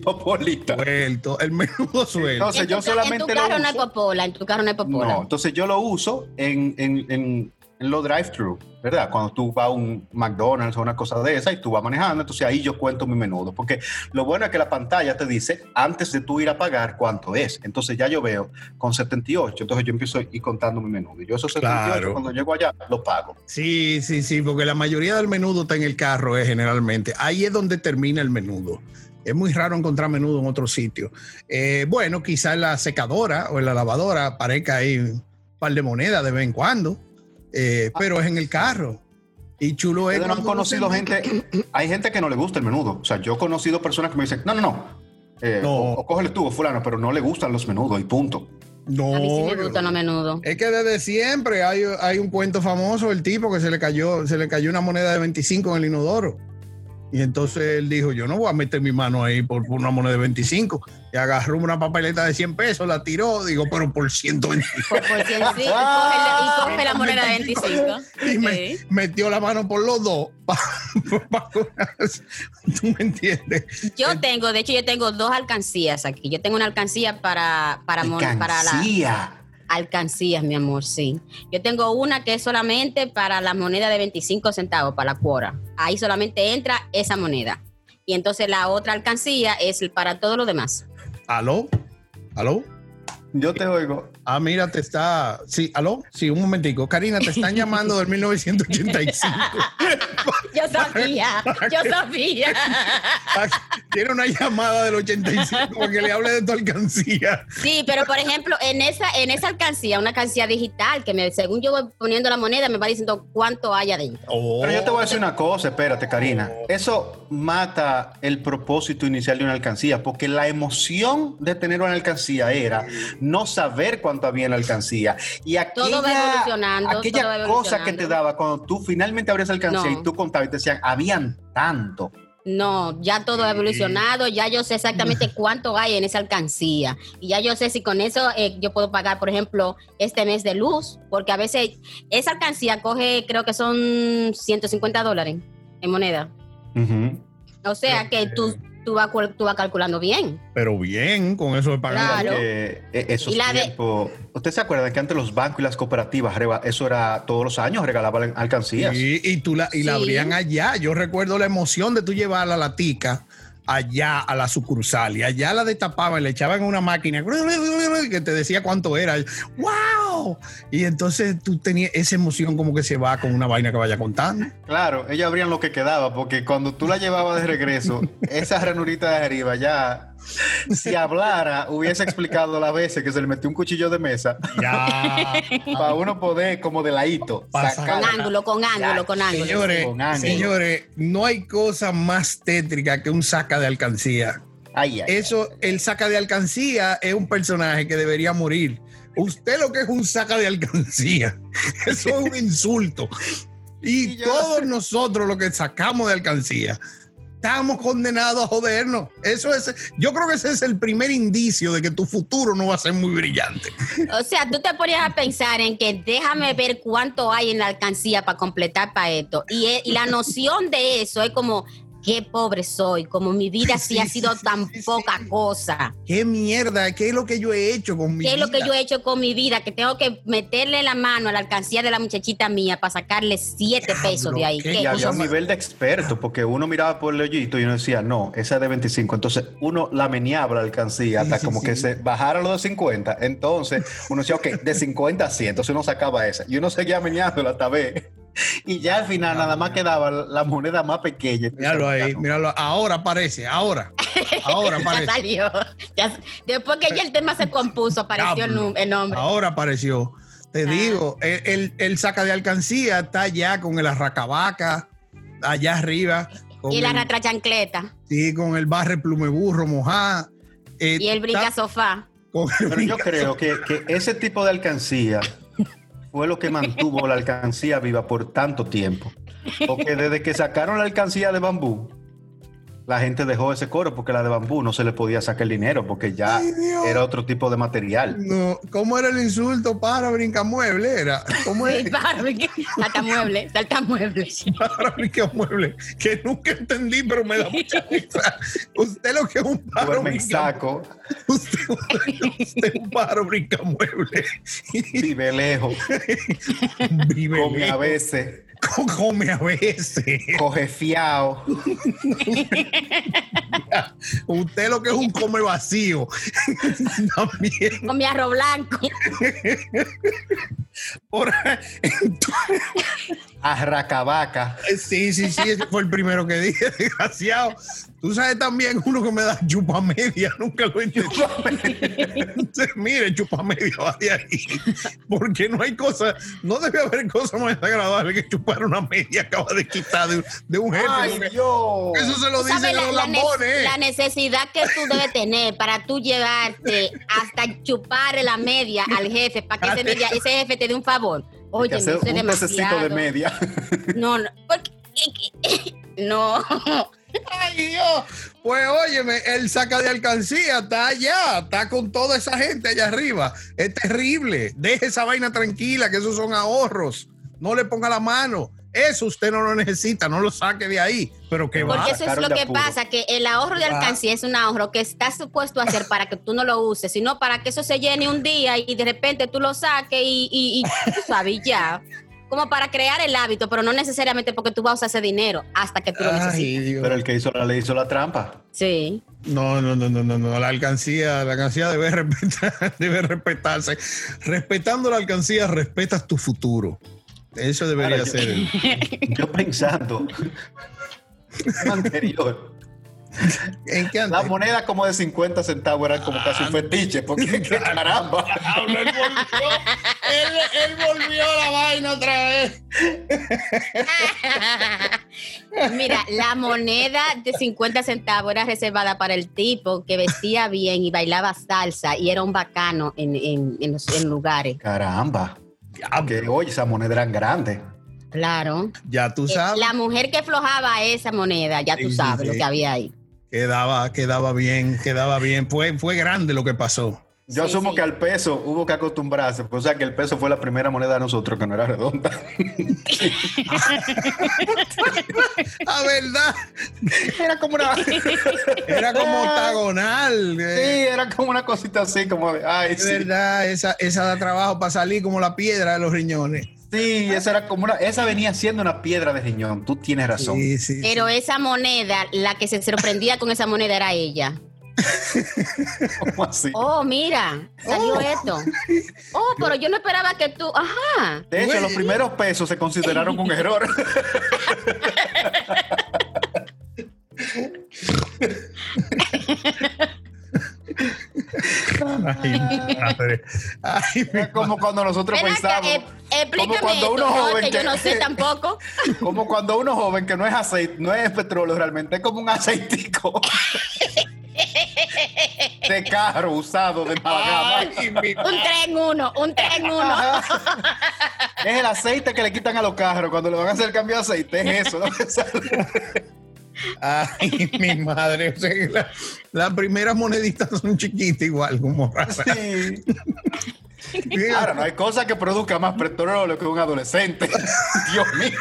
[SPEAKER 3] popolita.
[SPEAKER 1] Suelto, el menudo suelto.
[SPEAKER 3] Entonces
[SPEAKER 2] en,
[SPEAKER 3] yo
[SPEAKER 2] tu, ca- en
[SPEAKER 3] solamente
[SPEAKER 2] tu
[SPEAKER 3] lo
[SPEAKER 2] carro no hay
[SPEAKER 3] uso.
[SPEAKER 2] popola, en tu carro no hay popola.
[SPEAKER 3] No, entonces yo lo uso en, en, en- en los drive-thru, ¿verdad? Cuando tú vas a un McDonald's o una cosa de esa y tú vas manejando, entonces ahí yo cuento mi menudo. Porque lo bueno es que la pantalla te dice antes de tú ir a pagar cuánto es. Entonces ya yo veo con 78, entonces yo empiezo a ir contando mi menudo. Y yo esos 78,
[SPEAKER 1] Claro.
[SPEAKER 3] cuando llego allá, lo pago.
[SPEAKER 1] Sí, sí, sí, porque la mayoría del menudo está en el carro, eh, generalmente. Ahí es donde termina el menudo. Es muy raro encontrar menudo en otro sitio. Eh, bueno, quizás la secadora o en la lavadora aparezca ahí un par de monedas de vez en cuando, eh, pero es en el carro. Y chulo es.
[SPEAKER 3] Ustedes no han
[SPEAKER 1] cuando uno se
[SPEAKER 3] conocido
[SPEAKER 1] mete-
[SPEAKER 3] gente, hay gente que no le gusta el menudo. O sea, yo he conocido personas que me dicen, no, no, no. eh,
[SPEAKER 1] No.
[SPEAKER 3] O, o cógele tú, fulano, pero no le gustan los menudos y punto.
[SPEAKER 1] No,
[SPEAKER 2] a mí sí me
[SPEAKER 1] yo
[SPEAKER 2] gustan a menudo.
[SPEAKER 1] Es que desde siempre hay, hay un cuento famoso, el tipo que se le cayó, se le cayó una moneda de 25 en el inodoro. Y entonces él dijo, yo no voy a meter mi mano ahí por, por una moneda de 25. Y agarró una papeleta de 100 pesos, la tiró, digo, pero por 125.
[SPEAKER 2] Por, por cien, sí, y, coge la, y coge la moneda de 25.
[SPEAKER 1] Y me-
[SPEAKER 2] Sí.
[SPEAKER 1] metió la mano por los dos. pa- pa- pa- ¿Tú me entiendes?
[SPEAKER 2] Yo tengo, de hecho, yo tengo dos alcancías aquí. Yo tengo una alcancía para, para, mon- para la,
[SPEAKER 3] Alcancía.
[SPEAKER 2] Alcancías, mi amor, sí. Yo tengo una que es solamente para la moneda de 25 centavos, para la cuora. Ahí solamente entra esa moneda. y entonces la otra alcancía es para todo lo demás.
[SPEAKER 1] ¿Aló? ¿Aló?
[SPEAKER 3] Yo te oigo.
[SPEAKER 1] Ah, mira, te está. Sí, aló. Sí, un momentico. Karina, te están llamando del 1985.
[SPEAKER 2] Yo sabía, yo sabía.
[SPEAKER 1] Tiene una llamada del 85 para que le hable de tu alcancía.
[SPEAKER 2] Sí, pero por ejemplo, en esa, en esa alcancía, una alcancía digital, que me, según yo voy poniendo la moneda, me va diciendo cuánto hay adentro.
[SPEAKER 1] Oh.
[SPEAKER 3] Pero yo te voy a decir una cosa, espérate, Karina. Eso mata el propósito inicial de una alcancía, porque la emoción de tener una alcancía era no saber cuánto había en la alcancía. Y aquella,
[SPEAKER 2] Todo va evolucionando,
[SPEAKER 3] aquella
[SPEAKER 2] todo va
[SPEAKER 3] cosa que
[SPEAKER 2] evolucionando.
[SPEAKER 3] te daba cuando tú finalmente abrías la alcancía
[SPEAKER 2] No.
[SPEAKER 3] y tú contabas y te decían, habían tanto.
[SPEAKER 2] No, ya todo ha evolucionado, ya yo sé exactamente cuánto hay en esa alcancía. Y ya yo sé si con eso eh, yo puedo pagar, por ejemplo, este mes de luz, porque a veces esa alcancía coge, creo que son 150 dólares en moneda. O sea que tú, tú, vas, cual- tú vas calculando bien.
[SPEAKER 1] Pero bien, con eso de pagar.
[SPEAKER 2] Claro.
[SPEAKER 3] Eh, eh, esos
[SPEAKER 2] Y la de-
[SPEAKER 3] tiempos- ¿Ustedes se acuerdan que antes los bancos y las cooperativas, rega- eso era todos los años, regalaban alcancías?
[SPEAKER 1] Y, y tú la, y la
[SPEAKER 2] Sí.
[SPEAKER 1] abrían allá. Yo recuerdo la emoción de tú llevar la latica allá a la sucursal y allá la destapaban, le echaban en una máquina que te decía cuánto era. ¡Wow! Y entonces tú tenías esa emoción como que se va con una vaina que vaya contando.
[SPEAKER 3] Claro, ellos abrían lo que quedaba, porque cuando tú la llevabas de regreso, esa ranurita de arriba ya, si hablara, hubiese explicado las veces que se le metió un cuchillo de mesa
[SPEAKER 1] Ya.
[SPEAKER 3] para uno poder, como de ladito,
[SPEAKER 1] Pasa.
[SPEAKER 2] Con
[SPEAKER 3] sacar.
[SPEAKER 1] Claro.
[SPEAKER 2] ángulo, con ángulo, con ángulo.
[SPEAKER 1] Señores,
[SPEAKER 3] Con ángulo.
[SPEAKER 1] señores, no hay cosa más tétrica que un saca de alcancía.
[SPEAKER 3] Ay, ay, ay.
[SPEAKER 1] Eso, el saca de alcancía es un personaje que debería morir. Usted lo que es un saca de alcancía. Eso es un insulto. Y
[SPEAKER 3] Y yo-
[SPEAKER 1] todos nosotros lo que sacamos de alcancía, estamos condenados a jodernos. Eso es, yo creo que ese es el primer indicio de que tu futuro no va a ser muy brillante.
[SPEAKER 2] O sea, tú te ponías a pensar en que déjame ver cuánto hay en la alcancía para completar para esto. Y, e- y la noción de eso es como, qué pobre soy, como mi vida sí,
[SPEAKER 1] Sí,
[SPEAKER 2] ha
[SPEAKER 1] sí,
[SPEAKER 2] sido
[SPEAKER 1] sí,
[SPEAKER 2] tan
[SPEAKER 1] sí,
[SPEAKER 2] poca
[SPEAKER 1] sí.
[SPEAKER 2] cosa.
[SPEAKER 1] ¿Qué mierda? ¿Qué es lo que yo he hecho con mi
[SPEAKER 2] ¿Qué es lo que
[SPEAKER 1] vida?
[SPEAKER 2] yo he hecho con mi vida? Que tengo que meterle la mano a la alcancía de la muchachita mía para sacarle siete pesos de ahí.
[SPEAKER 1] qué
[SPEAKER 2] ¿Qué
[SPEAKER 3] Y había
[SPEAKER 2] cosa
[SPEAKER 3] un
[SPEAKER 2] más?
[SPEAKER 3] nivel de experto, porque uno miraba por el hoyito y uno decía, no, esa es de 25. Entonces uno la meneaba la alcancía hasta
[SPEAKER 1] sí,
[SPEAKER 3] como
[SPEAKER 1] sí.
[SPEAKER 3] que se bajara lo de 50. Entonces uno decía, ok, de 50 a 100. Entonces uno sacaba esa. Y uno seguía meneándola hasta ver. Y ya al final nada más quedaba la moneda más pequeña.
[SPEAKER 1] Ah, Míralo ahí, míralo. Ahora aparece, ahora. Ahora
[SPEAKER 2] Ya
[SPEAKER 1] aparece.
[SPEAKER 2] salió. Ya- después que ya el tema se compuso, apareció el,
[SPEAKER 1] Diablo. Ah,
[SPEAKER 2] num- el nombre.
[SPEAKER 1] Ahora apareció. Te
[SPEAKER 2] Ah.
[SPEAKER 1] digo, el, el- el saca de alcancía está allá con el arracabaca, allá arriba. Con
[SPEAKER 2] Y la
[SPEAKER 1] el-
[SPEAKER 2] ratrachancleta.
[SPEAKER 1] sí, con el barre plumeburro mojá. eh,
[SPEAKER 2] Y el brinca
[SPEAKER 1] está
[SPEAKER 2] sofá.
[SPEAKER 1] con el
[SPEAKER 3] Pero yo
[SPEAKER 1] brinca-
[SPEAKER 3] creo que, que ese tipo de alcancía fue lo que mantuvo la alcancía viva por tanto tiempo. Porque desde que sacaron la alcancía de bambú, la gente dejó ese coro porque la de bambú no se le podía sacar el dinero porque ya
[SPEAKER 1] Ay, Dios.
[SPEAKER 3] era otro tipo de material.
[SPEAKER 1] No, ¿Cómo era el insulto para brincamueble? Era, ¿Cómo era?
[SPEAKER 2] Sí, barbecue. Salta mueble, salta mueble.
[SPEAKER 1] Para brincamueble, que nunca entendí, pero me da mucha risa. Usted lo que es un paro
[SPEAKER 3] Duerme en saco,
[SPEAKER 1] Usted, usted es un pájaro brincamueble.
[SPEAKER 3] vive lejos,
[SPEAKER 1] Vive
[SPEAKER 3] come a
[SPEAKER 1] lejos,
[SPEAKER 3] veces,
[SPEAKER 1] co- come a veces.
[SPEAKER 3] coge fiao.
[SPEAKER 1] Usted lo que es un come vacío. También.
[SPEAKER 2] Con mi arroz blanco.
[SPEAKER 1] Ahora, entonces,
[SPEAKER 3] Arracabaca.
[SPEAKER 1] sí, sí, sí, ese fue el primero que dije, desgraciado. Tú sabes también uno que me da chupa media, nunca lo entendí. Entonces, mire, chupa media, va de ahí. Porque no hay cosa, no debe haber cosa más desagradable que chupar una media que acaba de quitar de, de un jefe.
[SPEAKER 3] ¡Ay,
[SPEAKER 1] Porque
[SPEAKER 3] Dios!
[SPEAKER 1] Eso se lo
[SPEAKER 2] Tú sabes
[SPEAKER 1] dicen a los
[SPEAKER 2] la, la ne-
[SPEAKER 3] eh?
[SPEAKER 1] lambones.
[SPEAKER 2] la necesidad que tú debes tener para tú llevarte hasta chupar la media al jefe, para que ese, media- ese jefe te dé un favor.
[SPEAKER 3] Hay que
[SPEAKER 2] Oye,
[SPEAKER 3] hacer
[SPEAKER 2] eso es
[SPEAKER 3] un pececito de
[SPEAKER 2] demasiado.
[SPEAKER 3] media.
[SPEAKER 2] No, no. porque- No.
[SPEAKER 1] Ay, Dios. Pues óyeme, el saca de alcancía está allá, está con toda esa gente allá arriba. Es terrible. Deje esa vaina tranquila, que esos son ahorros. No le ponga la mano. Eso usted no lo necesita, no lo saque de ahí. Pero que va.
[SPEAKER 2] Porque eso es
[SPEAKER 3] sacaron
[SPEAKER 2] lo
[SPEAKER 3] de
[SPEAKER 2] que
[SPEAKER 3] apuro.
[SPEAKER 2] pasa, que el ahorro de
[SPEAKER 1] Ah.
[SPEAKER 2] alcancía es un ahorro que estás supuesto a hacer para que tú no lo uses, sino para que eso se llene un día y de repente tú lo saques y, y, y tú sabes, y ya. como para crear el hábito, pero no necesariamente porque tú vas a usar ese dinero hasta que tú lo necesites.
[SPEAKER 1] Ay, Dios.
[SPEAKER 3] Pero el que hizo la ley hizo la trampa.
[SPEAKER 2] Sí.
[SPEAKER 1] No, no, no, no, no, no. La alcancía, la alcancía debe, respetar- debe respetarse. Respetando la alcancía, respetas tu futuro. Eso debería
[SPEAKER 3] Ahora, yo-
[SPEAKER 1] ser. el-
[SPEAKER 3] Yo pensando, lo anterior,
[SPEAKER 1] ¿En qué
[SPEAKER 3] la
[SPEAKER 1] antes?
[SPEAKER 3] moneda como de 50 centavos era como casi un fetiche, porque qué caramba.
[SPEAKER 1] Diablo, él volvió, él, él volvió a la vaina otra vez.
[SPEAKER 2] Mira, la moneda de 50 centavos era reservada para el tipo que vestía bien y bailaba salsa y era un bacano en, en- en los en lugares.
[SPEAKER 3] Caramba.
[SPEAKER 1] Diablo.
[SPEAKER 3] Que oye, esas monedas eran grandes.
[SPEAKER 2] Claro.
[SPEAKER 1] Ya tú
[SPEAKER 2] Eh,
[SPEAKER 1] sabes,
[SPEAKER 2] La mujer que flojaba esa moneda, ya
[SPEAKER 1] Sí,
[SPEAKER 2] tú
[SPEAKER 1] sí,
[SPEAKER 2] sabes lo
[SPEAKER 1] sí.
[SPEAKER 2] que había ahí.
[SPEAKER 1] quedaba, quedaba bien, quedaba bien. Fue, fue grande lo que pasó.
[SPEAKER 3] Yo
[SPEAKER 2] Sí,
[SPEAKER 3] asumo
[SPEAKER 2] sí.
[SPEAKER 3] que al peso hubo que acostumbrarse, pues, o sea que el peso fue la primera moneda de nosotros que no era redonda.
[SPEAKER 1] La Ah, verdad,
[SPEAKER 3] Era como una, sí,
[SPEAKER 1] era como octagonal. eh.
[SPEAKER 3] era como una cosita así, como de, ay,
[SPEAKER 1] Es
[SPEAKER 3] sí,
[SPEAKER 1] verdad, esa, esa da trabajo para salir como la piedra de los riñones.
[SPEAKER 3] sí, esa era como una, esa venía siendo una piedra de riñón. Tú tienes razón.
[SPEAKER 1] Sí, sí, sí.
[SPEAKER 2] Pero esa moneda, la que se sorprendía con esa moneda era ella.
[SPEAKER 3] Como así.
[SPEAKER 2] Oh, mira, salió esto. Oh, pero yo no esperaba que tú. Ajá.
[SPEAKER 3] De hecho,
[SPEAKER 1] Güey.
[SPEAKER 3] los primeros pesos se consideraron un error.
[SPEAKER 1] Ay, madre. Ay, mi
[SPEAKER 3] Era como cuando nosotros
[SPEAKER 2] Ven acá,
[SPEAKER 3] pensábamos,
[SPEAKER 2] eh, explícame
[SPEAKER 3] cuando
[SPEAKER 2] esto,
[SPEAKER 3] uno
[SPEAKER 2] ¿no?
[SPEAKER 3] joven
[SPEAKER 2] que yo
[SPEAKER 3] que-
[SPEAKER 2] no sé tampoco.
[SPEAKER 3] como cuando uno joven que no es aceite, no es petróleo realmente, es como un aceitico de carro usado de mala gama.
[SPEAKER 1] Ay, mi-
[SPEAKER 2] Ah, Un tres en uno, un tres en uno.
[SPEAKER 3] Es el aceite que le quitan a los carros cuando le van a hacer el cambio de aceite. Es eso. ¿no?
[SPEAKER 1] Ay, mi madre. O sea, que la- las primeras moneditas son chiquitas igual, como raza.
[SPEAKER 3] Sí. Ahora, no hay cosa que produzca más petróleo que un adolescente. Dios mío.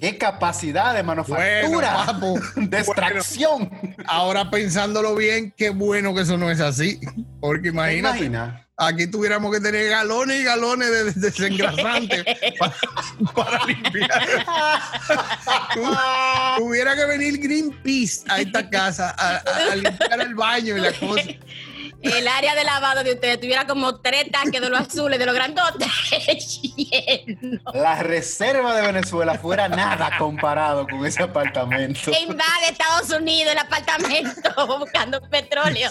[SPEAKER 3] Qué capacidad de
[SPEAKER 1] Bueno,
[SPEAKER 3] manufactura,
[SPEAKER 1] papo,
[SPEAKER 3] de extracción.
[SPEAKER 1] ahora pensándolo bien, qué bueno que eso no es así. Porque
[SPEAKER 3] ¿Te
[SPEAKER 1] imagínate,
[SPEAKER 3] imaginas?
[SPEAKER 1] aquí tuviéramos que tener galones y galones de, de desengrasante pa- para, limpiar. Tu- Tuviera que venir Greenpeace a esta casa a, a- a limpiar el baño y la cosa.
[SPEAKER 2] El área de lavado de ustedes tuviera como tres tanques de los azules, de los grandotes. lleno.
[SPEAKER 3] La reserva de Venezuela fuera nada comparado con ese apartamento.
[SPEAKER 2] que invade Estados Unidos el apartamento buscando petróleo.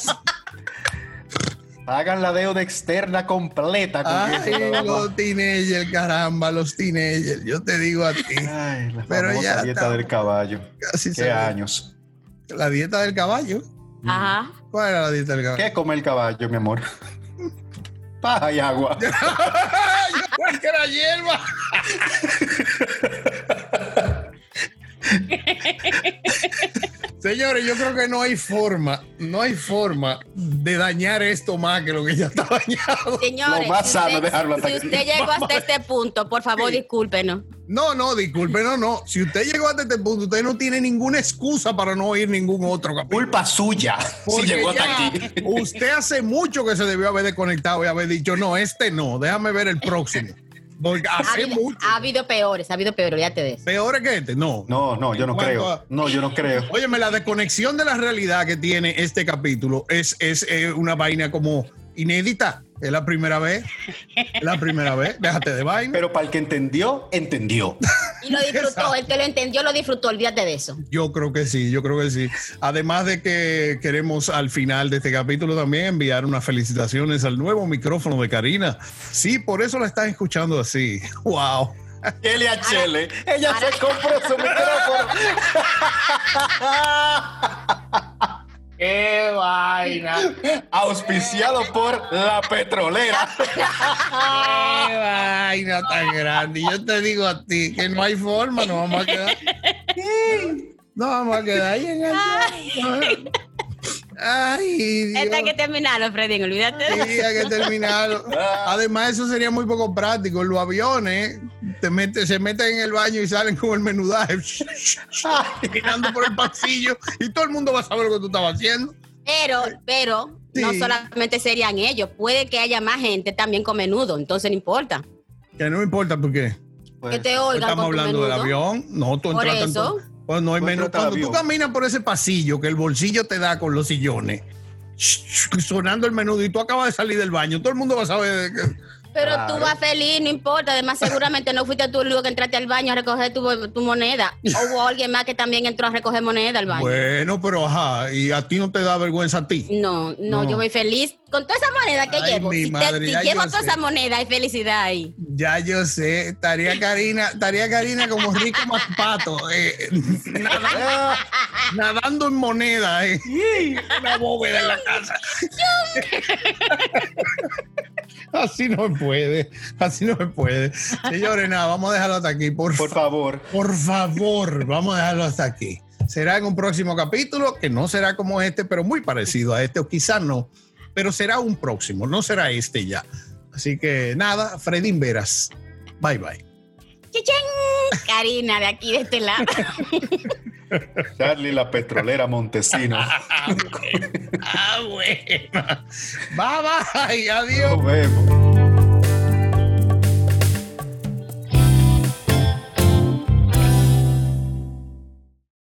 [SPEAKER 3] Pagan la deuda externa completa con eso,
[SPEAKER 1] Ay,
[SPEAKER 3] nada más.
[SPEAKER 1] los teenagers, caramba, los teenagers. Yo te digo a ti,
[SPEAKER 3] Ay, la
[SPEAKER 1] Pero
[SPEAKER 3] famosa
[SPEAKER 1] ya
[SPEAKER 3] dieta
[SPEAKER 1] estamos.
[SPEAKER 3] del caballo.
[SPEAKER 1] casi se
[SPEAKER 3] Qué
[SPEAKER 1] me-
[SPEAKER 3] años.
[SPEAKER 1] La dieta del caballo.
[SPEAKER 2] Ajá.
[SPEAKER 1] ¿Cuál era la dieta del caballo?
[SPEAKER 3] ¿Qué come el caballo, mi amor? Paja y agua.
[SPEAKER 1] Yo creo que era hierba. Señores, yo creo que no hay forma, no hay forma de dañar esto más que lo que ya está dañado.
[SPEAKER 2] Señores,
[SPEAKER 3] Lo más
[SPEAKER 2] si
[SPEAKER 3] sano
[SPEAKER 2] usted-
[SPEAKER 3] es dejarlo hasta
[SPEAKER 2] si
[SPEAKER 3] aquí.
[SPEAKER 2] usted llegó hasta este punto, por favor,
[SPEAKER 1] Sí.
[SPEAKER 2] discúlpenos.
[SPEAKER 1] No, no, disculpe, no, no. Si usted llegó hasta este punto, usted no tiene ninguna excusa para no oír ningún otro capítulo.
[SPEAKER 3] Culpa suya si
[SPEAKER 1] Porque
[SPEAKER 3] llegó
[SPEAKER 1] ya
[SPEAKER 3] hasta aquí.
[SPEAKER 1] Usted hace mucho que se debió haber desconectado y haber dicho, no, este no, déjame ver el próximo. Porque
[SPEAKER 2] Ha
[SPEAKER 1] hace
[SPEAKER 2] habido,
[SPEAKER 1] mucho.
[SPEAKER 2] ha habido peores, ha habido peores, olvídate de eso.
[SPEAKER 1] Peor que este, no.
[SPEAKER 3] No, no, yo no
[SPEAKER 1] En cuanto
[SPEAKER 3] creo.
[SPEAKER 1] a-
[SPEAKER 3] No, yo no creo.
[SPEAKER 1] Óyeme, la desconexión de la realidad que tiene este capítulo es, es eh, una vaina como inédita. Es la primera vez. Es la primera vez. Déjate de vaina.
[SPEAKER 3] Pero para el que entendió, entendió.
[SPEAKER 2] Y lo disfrutó,
[SPEAKER 1] Exacto.
[SPEAKER 2] el que lo entendió lo disfrutó, olvídate de eso.
[SPEAKER 1] Yo creo que sí, yo creo que sí. Además de que queremos al final de este capítulo también enviar unas felicitaciones al nuevo micrófono de Karina. Sí, por eso la están escuchando así. ¡Wow!
[SPEAKER 3] Chele a Chele. Ella se compró su micrófono.
[SPEAKER 1] ¡Qué vaina!
[SPEAKER 3] Auspiciado por la petrolera.
[SPEAKER 1] ¡Qué vaina tan grande! Y Yo te digo a ti que no hay forma, no vamos a quedar. No vamos a quedar ahí en el. Ay, Dios.
[SPEAKER 2] Esta Este hay que terminarlo, Freddy, olvídate de
[SPEAKER 1] Sí, hay que terminarlo. Además, eso sería muy poco práctico. Los aviones te mete- se meten en el baño y salen con el menudaje caminando por el pasillo y todo el mundo va a saber lo que tú estabas haciendo.
[SPEAKER 2] Pero, pero
[SPEAKER 1] Sí.
[SPEAKER 2] no solamente serían ellos, puede que haya más gente también con menudo, entonces no importa.
[SPEAKER 1] Que no me importa por qué.
[SPEAKER 3] Pues,
[SPEAKER 2] que te oigan
[SPEAKER 1] Estamos
[SPEAKER 2] con tu
[SPEAKER 1] hablando del
[SPEAKER 2] menudo.
[SPEAKER 1] avión. No, tú
[SPEAKER 2] Por
[SPEAKER 1] entras
[SPEAKER 2] eso.
[SPEAKER 1] tanto- Pues no hay
[SPEAKER 3] Tú
[SPEAKER 1] menos.
[SPEAKER 3] entras al
[SPEAKER 1] Cuando tú
[SPEAKER 3] avión.
[SPEAKER 1] caminas por ese pasillo que el bolsillo te da con los sillones, sh- sh- sonando el menudo y tú acabas de salir del baño, todo el mundo va a saber. que-
[SPEAKER 2] Pero
[SPEAKER 3] Claro.
[SPEAKER 2] tú vas feliz, no importa. Además, seguramente no fuiste tú el único que entraste al baño a recoger tu, tu moneda. O hubo alguien más que también entró a recoger moneda al baño.
[SPEAKER 1] Bueno, pero ajá, y a ti no te da vergüenza a ti.
[SPEAKER 2] No, no,
[SPEAKER 1] No.
[SPEAKER 2] yo voy feliz con toda esa moneda que
[SPEAKER 1] Ay,
[SPEAKER 2] llevo.
[SPEAKER 1] mi
[SPEAKER 2] Si, te-
[SPEAKER 1] madre,
[SPEAKER 2] si
[SPEAKER 1] ya
[SPEAKER 2] llevo
[SPEAKER 1] yo
[SPEAKER 2] toda
[SPEAKER 1] sé.
[SPEAKER 2] esa moneda, hay felicidad ahí.
[SPEAKER 1] Ya yo sé, estaría Karina, estaría Karina como rico más pato, eh, nada-
[SPEAKER 3] ah,
[SPEAKER 1] nadando en moneda, eh, en la bóveda en la casa. Así no se puede, así no se puede. Señores, nada, vamos a dejarlo hasta aquí, por,
[SPEAKER 3] por
[SPEAKER 1] favor.
[SPEAKER 3] favor.
[SPEAKER 1] Por favor, vamos a dejarlo hasta aquí. Será en un próximo capítulo que no será como este, pero muy parecido a este, o quizás no, pero será un próximo, no será este ya. Así que nada, Fredín Veras. Bye bye.
[SPEAKER 2] ¡Chichén! Karina, de aquí, de este lado.
[SPEAKER 3] Charlie la petrolera Montesino.
[SPEAKER 1] Ah, bueno. Bye bye. Adiós.
[SPEAKER 3] Nos vemos.